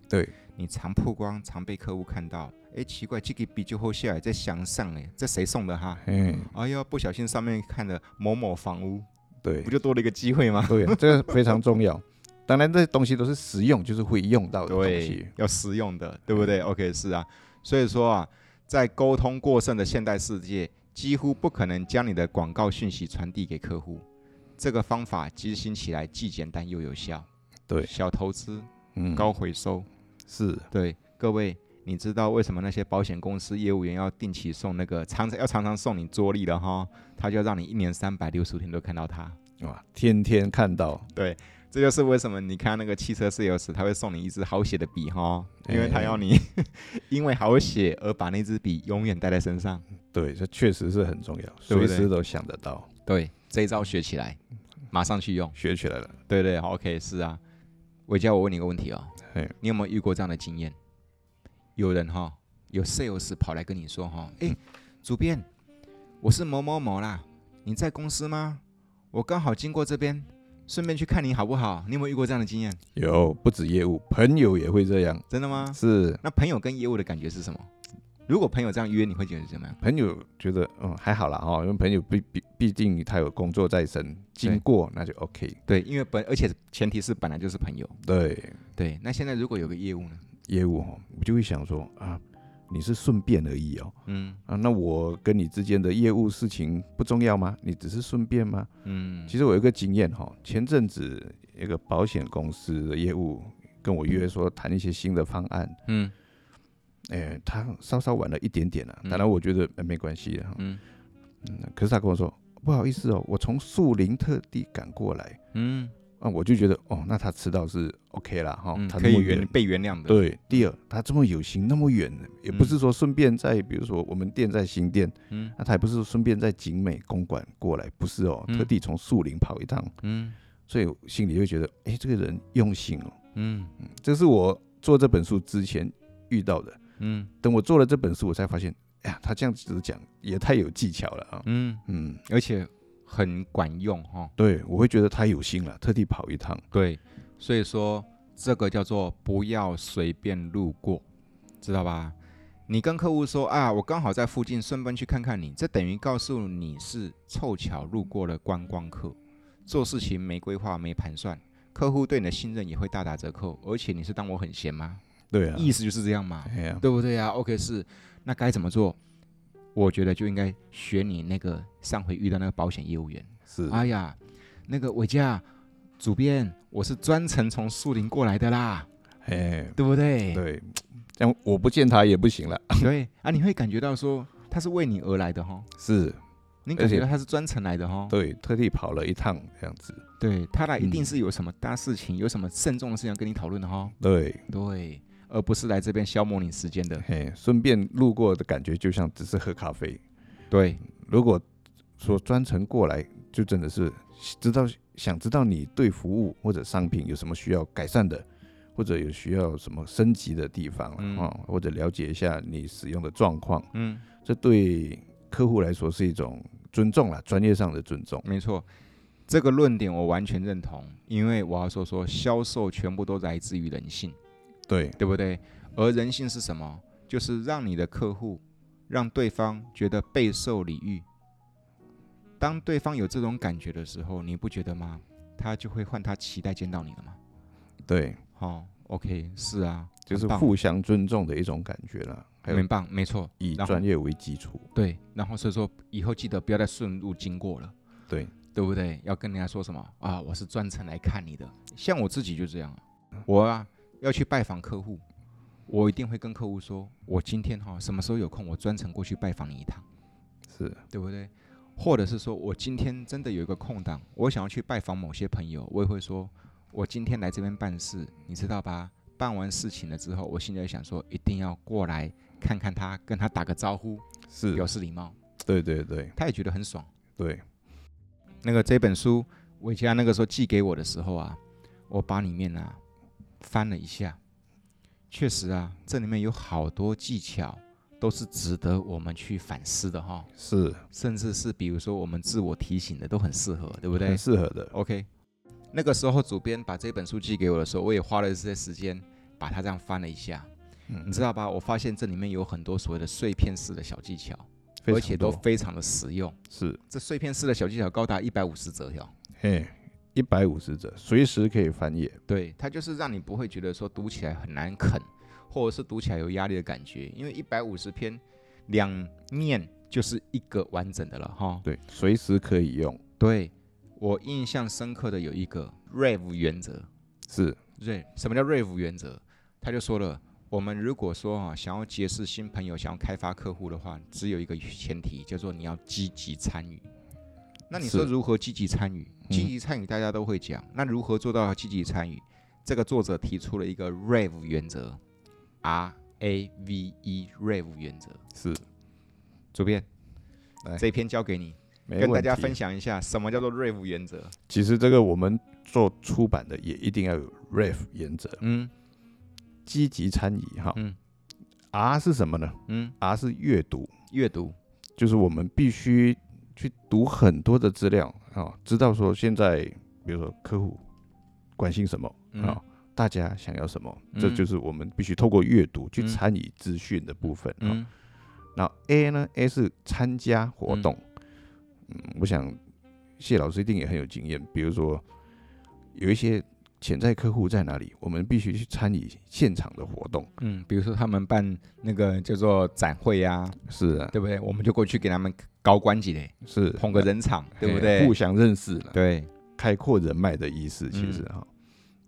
[SPEAKER 2] 对，
[SPEAKER 1] 你常曝光，常被客户看到。哎，奇怪，这个笔就后下来在墙上，哎，这谁送的哈？
[SPEAKER 2] 嗯，
[SPEAKER 1] 哎呦，不小心上面看了某某房屋，
[SPEAKER 2] 对
[SPEAKER 1] 不，就多了一个机会吗？
[SPEAKER 2] 对，这个非常重要。 当然，这些东西都是实用，就是会用到的东西嗯
[SPEAKER 1] 对。，要实用的，对不对？OK，是啊。所以说啊，在沟通过剩的现代世界，几乎不可能将你的广告讯息传递给客户。这个方法执行起来既简单又有效，
[SPEAKER 2] 对
[SPEAKER 1] 小投资
[SPEAKER 2] 嗯，
[SPEAKER 1] 高回收，
[SPEAKER 2] 是
[SPEAKER 1] 对，各位，你知道为什么那些保险公司业务员要定期送那个常常要常常送你桌历的哈？他就要让你一年三百六十五天都看到它。
[SPEAKER 2] 哇，天天看到，
[SPEAKER 1] 这就是为什么你看那个汽车 sales，他会送你一支好写的笔哈，因为他要你 因为好写而把那支笔永远带在身上。
[SPEAKER 2] 对，这确实是很重要，
[SPEAKER 1] 对不对
[SPEAKER 2] 随时都想得到，
[SPEAKER 1] 对，这一招学起来，马上去用。
[SPEAKER 2] 学起来了。
[SPEAKER 1] 对对好，OK，是啊。伟嘉，我问你一个问题哦，
[SPEAKER 2] 嘿，
[SPEAKER 1] 你有没有遇过这样的经验？有人哈、有 sales 跑来跟你说哈、诶，主编，我是某某某啦，你在公司吗？我刚好经过这边，顺便去看你好不好？你有没有遇过这样的经验？
[SPEAKER 2] 有不止业务，朋友也会这样。
[SPEAKER 1] 真的吗？
[SPEAKER 2] 是
[SPEAKER 1] 那朋友跟业务的感觉是什么？如果朋友这样约，你会觉得怎么样？
[SPEAKER 2] 朋友觉得嗯还好啦哈、因为朋友毕毕毕竟他有工作在身，经过那就 OK。
[SPEAKER 1] 对，因为本而且前提是本来就是朋友。
[SPEAKER 2] 对
[SPEAKER 1] 对，那现在如果有个业务呢？
[SPEAKER 2] 业务哦，我就会想说啊，你是顺便而已哦
[SPEAKER 1] 嗯
[SPEAKER 2] 啊，那我跟你之间的业务事情不重要吗？你只是顺便吗？
[SPEAKER 1] 嗯，
[SPEAKER 2] 其实我有一个经验哈、前阵子一个保险公司的业务跟我约说谈一些新的方案，
[SPEAKER 1] 嗯
[SPEAKER 2] 哎，他稍稍晚了一点点啊，
[SPEAKER 1] 嗯
[SPEAKER 2] 当然我觉得、呃没关系啊，
[SPEAKER 1] 嗯
[SPEAKER 2] 嗯可是他跟我说不好意思哦，我从树林特地赶过来。
[SPEAKER 1] 嗯，
[SPEAKER 2] 啊，我就觉得哦，那他迟到是 OK 啦，哈、
[SPEAKER 1] 嗯
[SPEAKER 2] 他
[SPEAKER 1] 可
[SPEAKER 2] 这么
[SPEAKER 1] 以原
[SPEAKER 2] 远，
[SPEAKER 1] 被原谅的。
[SPEAKER 2] 对。第二，他这么有心，那么远，也
[SPEAKER 1] 嗯
[SPEAKER 2] 不是说顺便在，比如说我们店在新店，
[SPEAKER 1] 嗯
[SPEAKER 2] 那他也不是说顺便在景美公馆过来，不是哦，特
[SPEAKER 1] 嗯
[SPEAKER 2] 地从树林跑一趟，
[SPEAKER 1] 嗯
[SPEAKER 2] 所以我心里会觉得，哎，这个人用心哦。
[SPEAKER 1] 嗯
[SPEAKER 2] 这是我做这本书之前遇到的，
[SPEAKER 1] 嗯
[SPEAKER 2] 等我做了这本书，我才发现，哎呀，他这样子讲也太有技巧了啊。
[SPEAKER 1] 嗯，
[SPEAKER 2] 嗯，
[SPEAKER 1] 而且很管用哈、哦。
[SPEAKER 2] 对，我会觉得他有心了，特地跑一趟。
[SPEAKER 1] 对，所以说这个叫做不要随便路过，知道吧？你跟客户说啊，我刚好在附近，顺便去看看你，这等于告诉你是凑巧路过了观光客，做事情没规划、没盘算，客户对你的信任也会大打折扣。而且你是当我很闲吗？
[SPEAKER 2] 对啊，
[SPEAKER 1] 意思就是这样嘛，
[SPEAKER 2] 哎呀，
[SPEAKER 1] 对不对呀、o k 是，那该怎么做？我觉得就应该学你那个上回遇到那个保险业务员。
[SPEAKER 2] 是，
[SPEAKER 1] 哎呀，那个伟嘉，主编，我是专程从树林过来的啦，
[SPEAKER 2] 哎，
[SPEAKER 1] 对不对？
[SPEAKER 2] 对，这样我不见他也不行了。
[SPEAKER 1] 对啊，你会感觉到说他是为你而来的哈，
[SPEAKER 2] 是，
[SPEAKER 1] 你感觉
[SPEAKER 2] 而且
[SPEAKER 1] 到他是专程来的哈。
[SPEAKER 2] 对，特地跑了一趟这样子。
[SPEAKER 1] 对他来一定
[SPEAKER 2] 嗯
[SPEAKER 1] 是有什么大事情，有什么慎重的事情要跟你讨论的哈。
[SPEAKER 2] 对，
[SPEAKER 1] 对，而不是来这边消磨你时间的。
[SPEAKER 2] 嘿，顺便路过的感觉就像只是喝咖啡。
[SPEAKER 1] 对，
[SPEAKER 2] 如果说专程过来，就真的是知道想知道你对服务或者商品有什么需要改善的，或者有需要什么升级的地方
[SPEAKER 1] 嗯
[SPEAKER 2] 啊、哦或者了解一下你使用的状况，
[SPEAKER 1] 嗯，
[SPEAKER 2] 这对客户来说是一种尊重啦，专业上的尊重。
[SPEAKER 1] 没错，这个论点我完全认同，因为我要说说销售全部都来自于人性，
[SPEAKER 2] 对，
[SPEAKER 1] 对不对？而人性是什么？就是让你的客户让对方觉得备受礼遇。当对方有这种感觉的时候，你不觉得吗？他就会换他期待见到你了吗？
[SPEAKER 2] 对，
[SPEAKER 1] 哦，OK，是啊，
[SPEAKER 2] 就是
[SPEAKER 1] 很棒
[SPEAKER 2] 互相尊重的一种感觉啦，还有
[SPEAKER 1] 很棒，没错，
[SPEAKER 2] 以
[SPEAKER 1] 然后
[SPEAKER 2] 专业为基础。
[SPEAKER 1] 对。然后所以说，以后记得不要再顺路经过了。
[SPEAKER 2] 对，
[SPEAKER 1] 对不对？要跟人家说什么啊？我是专程来看你的。像我自己就这样啊，我啊要去拜访客户，我一定会跟客户说，我今天哈、什么时候有空，我专程过去拜访你一趟，
[SPEAKER 2] 是
[SPEAKER 1] 对不对？或者是说我今天真的有一个空档，我想要去拜访某些朋友，我也会说，我今天来这边办事，你知道吧？办完事情了之后，我心里就想说，一定要过来看看他，跟他打个招呼，
[SPEAKER 2] 是，
[SPEAKER 1] 表示礼貌，
[SPEAKER 2] 对对对
[SPEAKER 1] 他也觉得很爽。
[SPEAKER 2] 对，
[SPEAKER 1] 那个这本书，维嘉那个时候寄给我的时候啊，我把里面啊翻了一下，确实啊，这里面有好多技巧都是值得我们去反思的哈，
[SPEAKER 2] 是
[SPEAKER 1] 甚至是比如说我们自我提醒的都很适合，对不对
[SPEAKER 2] 很适合的。
[SPEAKER 1] ？OK，那个时候主编把这本书寄给我的时候，我也花了一些时间把它这样翻了一下，
[SPEAKER 2] 嗯
[SPEAKER 1] 你知道吧？我发现这里面有很多所谓的碎片式的小技巧，
[SPEAKER 2] 非
[SPEAKER 1] 而
[SPEAKER 2] 常
[SPEAKER 1] 且都
[SPEAKER 2] 多
[SPEAKER 1] 非常的实用。
[SPEAKER 2] 是
[SPEAKER 1] 这碎片式的小技巧高达一百五十则哟。
[SPEAKER 2] 嘿，一百五十折，随时可以翻页。
[SPEAKER 1] 对，它就是让你不会觉得说读起来很难啃，或者是读起来有压力的感觉，因为一百五十篇两面就是一个完整的了哈。
[SPEAKER 2] 对，随时可以用。
[SPEAKER 1] 对我印象深刻的有一个 Rave 原则
[SPEAKER 2] 是
[SPEAKER 1] ，Rave 什么叫 Rave 原则？他就说了，我们如果说啊想要结识新朋友，想要开发客户的话，只有一个前提，叫做你要积极参与。那你说
[SPEAKER 2] 是
[SPEAKER 1] 如何积极参与？积极参与大家都会讲，那如何做到积极参与？这个作者提出了一个 RAVE 原则，R A V E RAVE 原则。
[SPEAKER 2] 是，
[SPEAKER 1] 主编
[SPEAKER 2] 来，
[SPEAKER 1] 这一篇交给你，
[SPEAKER 2] 没
[SPEAKER 1] 跟大
[SPEAKER 2] 问
[SPEAKER 1] 家
[SPEAKER 2] 题
[SPEAKER 1] 分。享一下什么叫做 RAVE 原则。
[SPEAKER 2] 其实这个我们做出版的也一定要有 ref 原则，
[SPEAKER 1] 嗯
[SPEAKER 2] 积极参与哈。
[SPEAKER 1] 嗯
[SPEAKER 2] R 是什么呢
[SPEAKER 1] 嗯，
[SPEAKER 2] ？R 是阅读，
[SPEAKER 1] 阅读，
[SPEAKER 2] 就是我们必须去读很多的资料啊、知道说现在比如说客户关心什么啊、
[SPEAKER 1] 嗯
[SPEAKER 2] 大家想要什么，
[SPEAKER 1] 嗯
[SPEAKER 2] 这就是我们必须透过阅读去
[SPEAKER 1] 嗯
[SPEAKER 2] 参与资讯的部分啊、
[SPEAKER 1] 嗯
[SPEAKER 2] 然后 A 呢，A 是参加活动，嗯我想谢老师一定也很有经验，比如说有一些潜在客户在哪里，我们必须去参与现场的活动，
[SPEAKER 1] 嗯，比如说他们办那个叫做展会呀、啊，
[SPEAKER 2] 是啊，
[SPEAKER 1] 对不对？我们就过去给他们高关几嘞，
[SPEAKER 2] 是
[SPEAKER 1] 捧个人场，对不
[SPEAKER 2] 嘿
[SPEAKER 1] 对
[SPEAKER 2] 互？相认识了。
[SPEAKER 1] 对，
[SPEAKER 2] 开阔人脉的意思，其实
[SPEAKER 1] 嗯
[SPEAKER 2] 哈。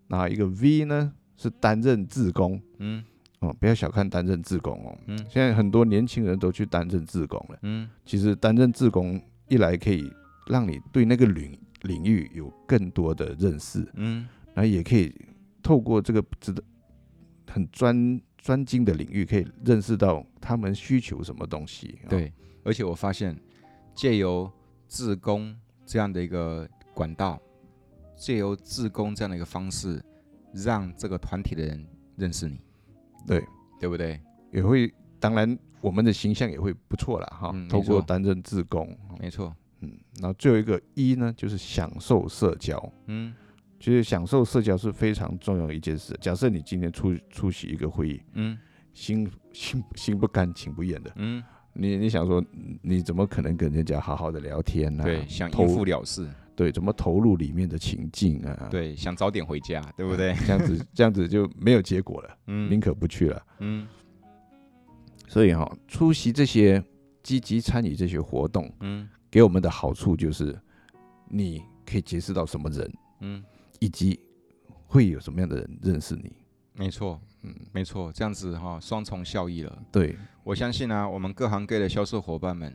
[SPEAKER 2] 那、一个 V 呢是担任志工
[SPEAKER 1] 嗯
[SPEAKER 2] 哦，不要小看担任志工哦。
[SPEAKER 1] 嗯
[SPEAKER 2] 现在很多年轻人都去担任志工了。
[SPEAKER 1] 嗯
[SPEAKER 2] 其实担任志工一来可以让你对那个领领域有更多的认识，
[SPEAKER 1] 嗯
[SPEAKER 2] 然后也可以透过这个值得很专专精的领域，可以认识到他们需求什么东西。哦，
[SPEAKER 1] 对，而且我发现借由自工这样的一个管道，借由自工这样的一个方式，让这个团体的人认识你，
[SPEAKER 2] 对，
[SPEAKER 1] 对不对？
[SPEAKER 2] 也会当然我们的形象也会不错啦哈。
[SPEAKER 1] 嗯没
[SPEAKER 2] 透过
[SPEAKER 1] 错
[SPEAKER 2] 担任志工，哦
[SPEAKER 1] 没错，
[SPEAKER 2] 嗯，然后最后一个一呢，就是享受社交。
[SPEAKER 1] 嗯
[SPEAKER 2] 其实享受社交是非常重要的一件事。假设你今天出出席一个会议，
[SPEAKER 1] 嗯
[SPEAKER 2] 心心心不甘情不愿的，
[SPEAKER 1] 嗯，
[SPEAKER 2] 你你想说，嗯你怎么可能跟人家好好的聊天呢、
[SPEAKER 1] 对，想
[SPEAKER 2] 投
[SPEAKER 1] 应付了事，
[SPEAKER 2] 对，怎么投入里面的情境啊？，
[SPEAKER 1] 对，想早点回家，对不对？
[SPEAKER 2] 这样子这样子就没有结果了，宁
[SPEAKER 1] 嗯
[SPEAKER 2] 可不去了。
[SPEAKER 1] 嗯
[SPEAKER 2] 所以哈、出席这些积极参与这些活动，
[SPEAKER 1] 嗯
[SPEAKER 2] 给我们的好处就是，你可以结识到什么人，
[SPEAKER 1] 嗯，
[SPEAKER 2] 以及会有什么样的人认识你。
[SPEAKER 1] 没错，嗯没错，这样子哈、双重效益了。
[SPEAKER 2] 对，
[SPEAKER 1] 我相信啊，我们各行各业的销售伙伴们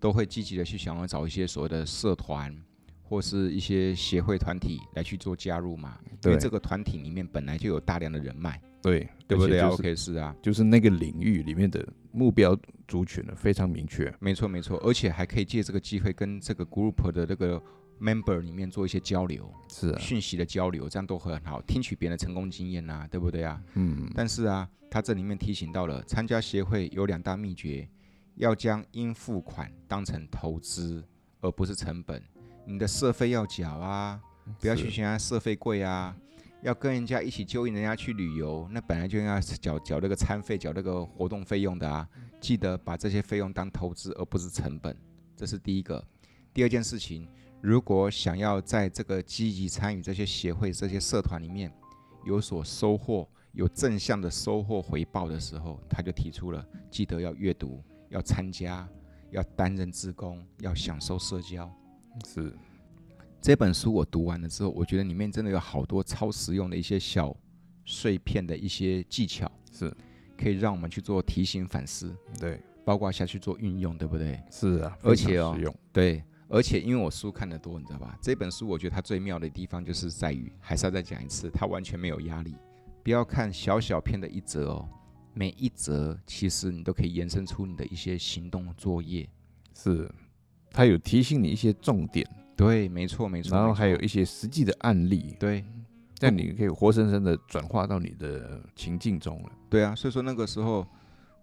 [SPEAKER 1] 都会积极的去想要找一些所谓的社团或是一些协会团体来去做加入嘛，因
[SPEAKER 2] 对
[SPEAKER 1] 为这个团体里面本来就有大量的人脉，
[SPEAKER 2] 对，
[SPEAKER 1] 对不对、
[SPEAKER 2] 而且
[SPEAKER 1] 啊、
[SPEAKER 2] 就是
[SPEAKER 1] ？OK，是啊，
[SPEAKER 2] 就是那个领域里面的目标族群呢非常明确。
[SPEAKER 1] 没错没错，而且还可以借这个机会跟这个 group 的这个 member 里面做一些交流，
[SPEAKER 2] 是啊，
[SPEAKER 1] 讯息的交流，这样都很好，听取别人的成功经验呐、对不对啊？
[SPEAKER 2] 嗯，
[SPEAKER 1] 但是啊，他这里面提醒到了，参加协会有两大秘诀，要将应付款当成投资，而不是成本。你的社费要缴啊，不要去
[SPEAKER 2] 是
[SPEAKER 1] 嫌人家社费贵啊。要跟人家一起揪引人家去旅游，那本来就应该是缴缴那个餐费、缴那个活动费用的啊。记得把这些费用当投资，而不是成本，这是第一个。第二件事情，如果想要在这个积极参与这些协会、这些社团里面有所收获，有正向的收获回报的时候，他就提出了，记得要阅读、要参加、要担任志工、要享受社交。
[SPEAKER 2] 是
[SPEAKER 1] 这本书我读完了之后，我觉得里面真的有好多超实用的一些小碎片的一些技巧，
[SPEAKER 2] 是，
[SPEAKER 1] 可以让我们去做提醒反思，
[SPEAKER 2] 对，
[SPEAKER 1] 包括下去做运用，对不对？
[SPEAKER 2] 是啊，
[SPEAKER 1] 而
[SPEAKER 2] 非常
[SPEAKER 1] 且哦
[SPEAKER 2] 实用，
[SPEAKER 1] 对，而且因为我书看得多，你知道吧？这本书我觉得它最妙的地方就是在于，还是要再讲一次，它完全没有压力。不要看小小片的一则哦，每一则其实你都可以延伸出你的一些行动作业。
[SPEAKER 2] 是，它有提醒你一些重点，
[SPEAKER 1] 对，没错，没错。
[SPEAKER 2] 然后
[SPEAKER 1] 没错
[SPEAKER 2] 还有一些实际的案例，
[SPEAKER 1] 对
[SPEAKER 2] 这样你可以活生生的转化到你的情境中了。
[SPEAKER 1] 对啊，所以说那个时候，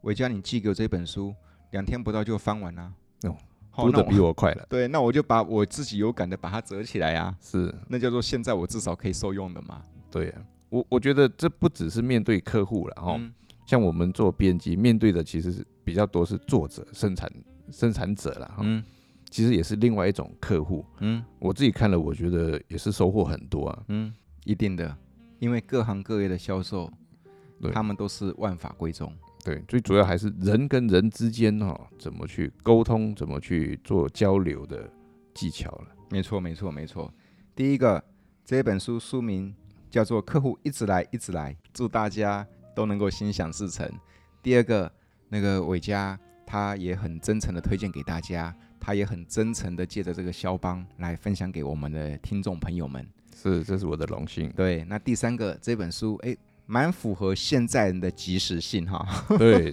[SPEAKER 1] 伟嘉你寄给我这本书，两天不到就翻完啦、
[SPEAKER 2] 哦
[SPEAKER 1] 好
[SPEAKER 2] 读
[SPEAKER 1] 那
[SPEAKER 2] 的
[SPEAKER 1] 我
[SPEAKER 2] 比我快了，
[SPEAKER 1] 对，那我就把我自己有感的把它折起来啊，
[SPEAKER 2] 是
[SPEAKER 1] 那叫做现在我至少可以受用的嘛。
[SPEAKER 2] 对啊。我我觉得这不只是面对客户了哈，
[SPEAKER 1] 嗯，
[SPEAKER 2] 像我们做编辑，面对的其实是比较多是作者、生产生产者啦，哈、
[SPEAKER 1] 嗯
[SPEAKER 2] 其实也是另外一种客户。
[SPEAKER 1] 嗯
[SPEAKER 2] 我自己看了，我觉得也是收获很多啊。
[SPEAKER 1] 嗯，一定的，因为各行各业的销售
[SPEAKER 2] 对，
[SPEAKER 1] 他们都是万法归宗。
[SPEAKER 2] 对，最主要还是人跟人之间哈、哦，怎么去沟通，怎么去做交流的技巧了。
[SPEAKER 1] 没错，没错，没错。第一个，这本书书名叫做《客户一直来，一直来》，祝大家都能够心想事成。第二个，那个伟嘉他也很真诚的推荐给大家，他也很真诚的借着这个肖邦来分享给我们的听众朋友们。。
[SPEAKER 2] 是，这是我的荣幸
[SPEAKER 1] 对，那第三个这本书，诶，蛮符合现在人的及时性哈。
[SPEAKER 2] 对，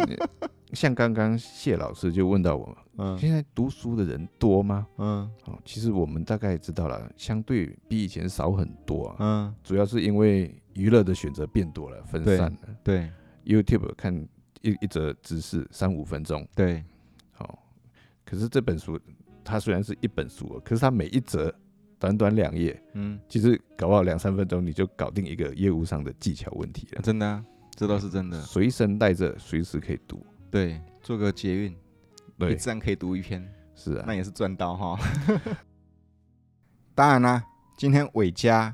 [SPEAKER 2] 像刚刚谢老师就问到我们，
[SPEAKER 1] 嗯
[SPEAKER 2] 现在读书的人多吗？
[SPEAKER 1] 嗯
[SPEAKER 2] 哦，其实我们大概知道了，相对比以前少很多啊。
[SPEAKER 1] 嗯，
[SPEAKER 2] 主要是因为娱乐的选择变多了，分
[SPEAKER 1] 对
[SPEAKER 2] 散了。
[SPEAKER 1] 对
[SPEAKER 2] YouTube 看一一则知识三五分钟，
[SPEAKER 1] 对，
[SPEAKER 2] 好、哦，可是这本书它虽然是一本书哦，可是它每一则短短两页，
[SPEAKER 1] 嗯，
[SPEAKER 2] 其实搞不好两三分钟你就搞定一个业务上的技巧问题了。
[SPEAKER 1] 真的、啊，这倒是真的。
[SPEAKER 2] 随身带着，随时可以读。
[SPEAKER 1] 对，做个捷运，一
[SPEAKER 2] 对，
[SPEAKER 1] 站可以读一篇，
[SPEAKER 2] 是啊
[SPEAKER 1] 那，也是赚到哈。 当然啦、今天伟嘉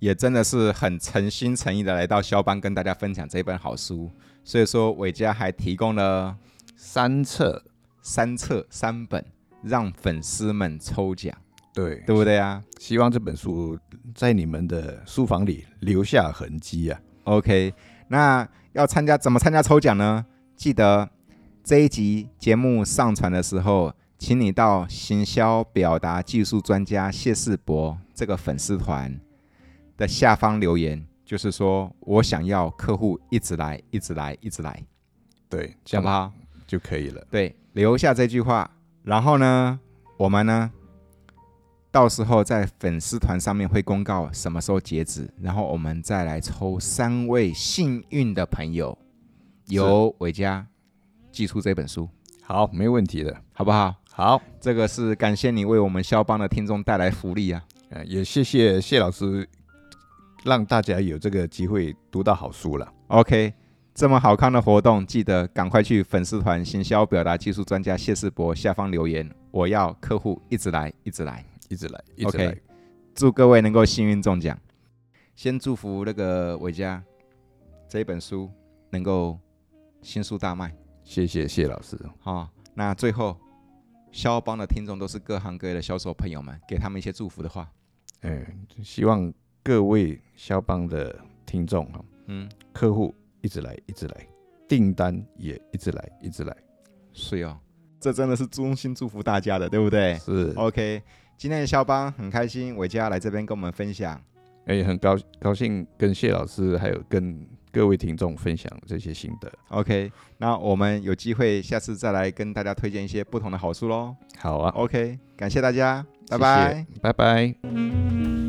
[SPEAKER 1] 也真的是很诚心诚意的来到肖邦跟大家分享这本好书，所以说伟嘉还提供了
[SPEAKER 2] 三册，
[SPEAKER 1] 三册三本让粉丝们抽奖，
[SPEAKER 2] 对，
[SPEAKER 1] 对不对啊
[SPEAKER 2] 希望这本书在你们的书房里留下痕迹啊。
[SPEAKER 1] ？OK，那要参加怎么参加抽奖呢？记得这一集节目上传的时候，请你到行销表达技术专家谢世博这个粉丝团的下方留言，就是说我想要客户一直来，一直来，一直来，
[SPEAKER 2] 对，这
[SPEAKER 1] 好
[SPEAKER 2] 样
[SPEAKER 1] 不好？
[SPEAKER 2] 就可以了。
[SPEAKER 1] 对，留下这句话，然后呢，我们呢，到时候在粉丝团上面会公告什么时候截止，然后我们再来抽三位幸运的朋友，由伟嘉寄出这本书，
[SPEAKER 2] 好，没问题的。
[SPEAKER 1] 好不好？
[SPEAKER 2] 好，
[SPEAKER 1] 这个是感谢你为我们肖邦的听众带来福利啊！
[SPEAKER 2] 呃，也谢谢谢老师，让大家有这个机会读到好书了。
[SPEAKER 1] OK，这么好看的活动，记得赶快去粉丝团行销表达技术专家谢世博下方留言，我要客户一直来，一直来。
[SPEAKER 2] 一直来，一直
[SPEAKER 1] OK
[SPEAKER 2] 来
[SPEAKER 1] 祝各位能够幸运中奖。先祝福那个伟嘉这一本书能够新书大卖
[SPEAKER 2] 谢谢谢老师。
[SPEAKER 1] 好，哦。那最后，肖邦的听众都是各行各业的销售朋友们，给他们一些祝福的话。
[SPEAKER 2] 嗯，希望各位肖邦的听众啊，
[SPEAKER 1] 嗯，
[SPEAKER 2] 客户一直来，一直来，订单也一直来，一直来。
[SPEAKER 1] 是哦，这真的是衷心祝福大家的，对不对哦
[SPEAKER 2] 是，
[SPEAKER 1] ？OK，今天的肖邦很开心，伟嘉来这边跟我们分享。
[SPEAKER 2] 哎、很高高兴跟谢老师还有跟各位听众分享这些心得。
[SPEAKER 1] OK，那我们有机会下次再来跟大家推荐一些不同的好书喽。
[SPEAKER 2] 好啊，
[SPEAKER 1] OK，感谢大家，拜拜。
[SPEAKER 2] 拜拜。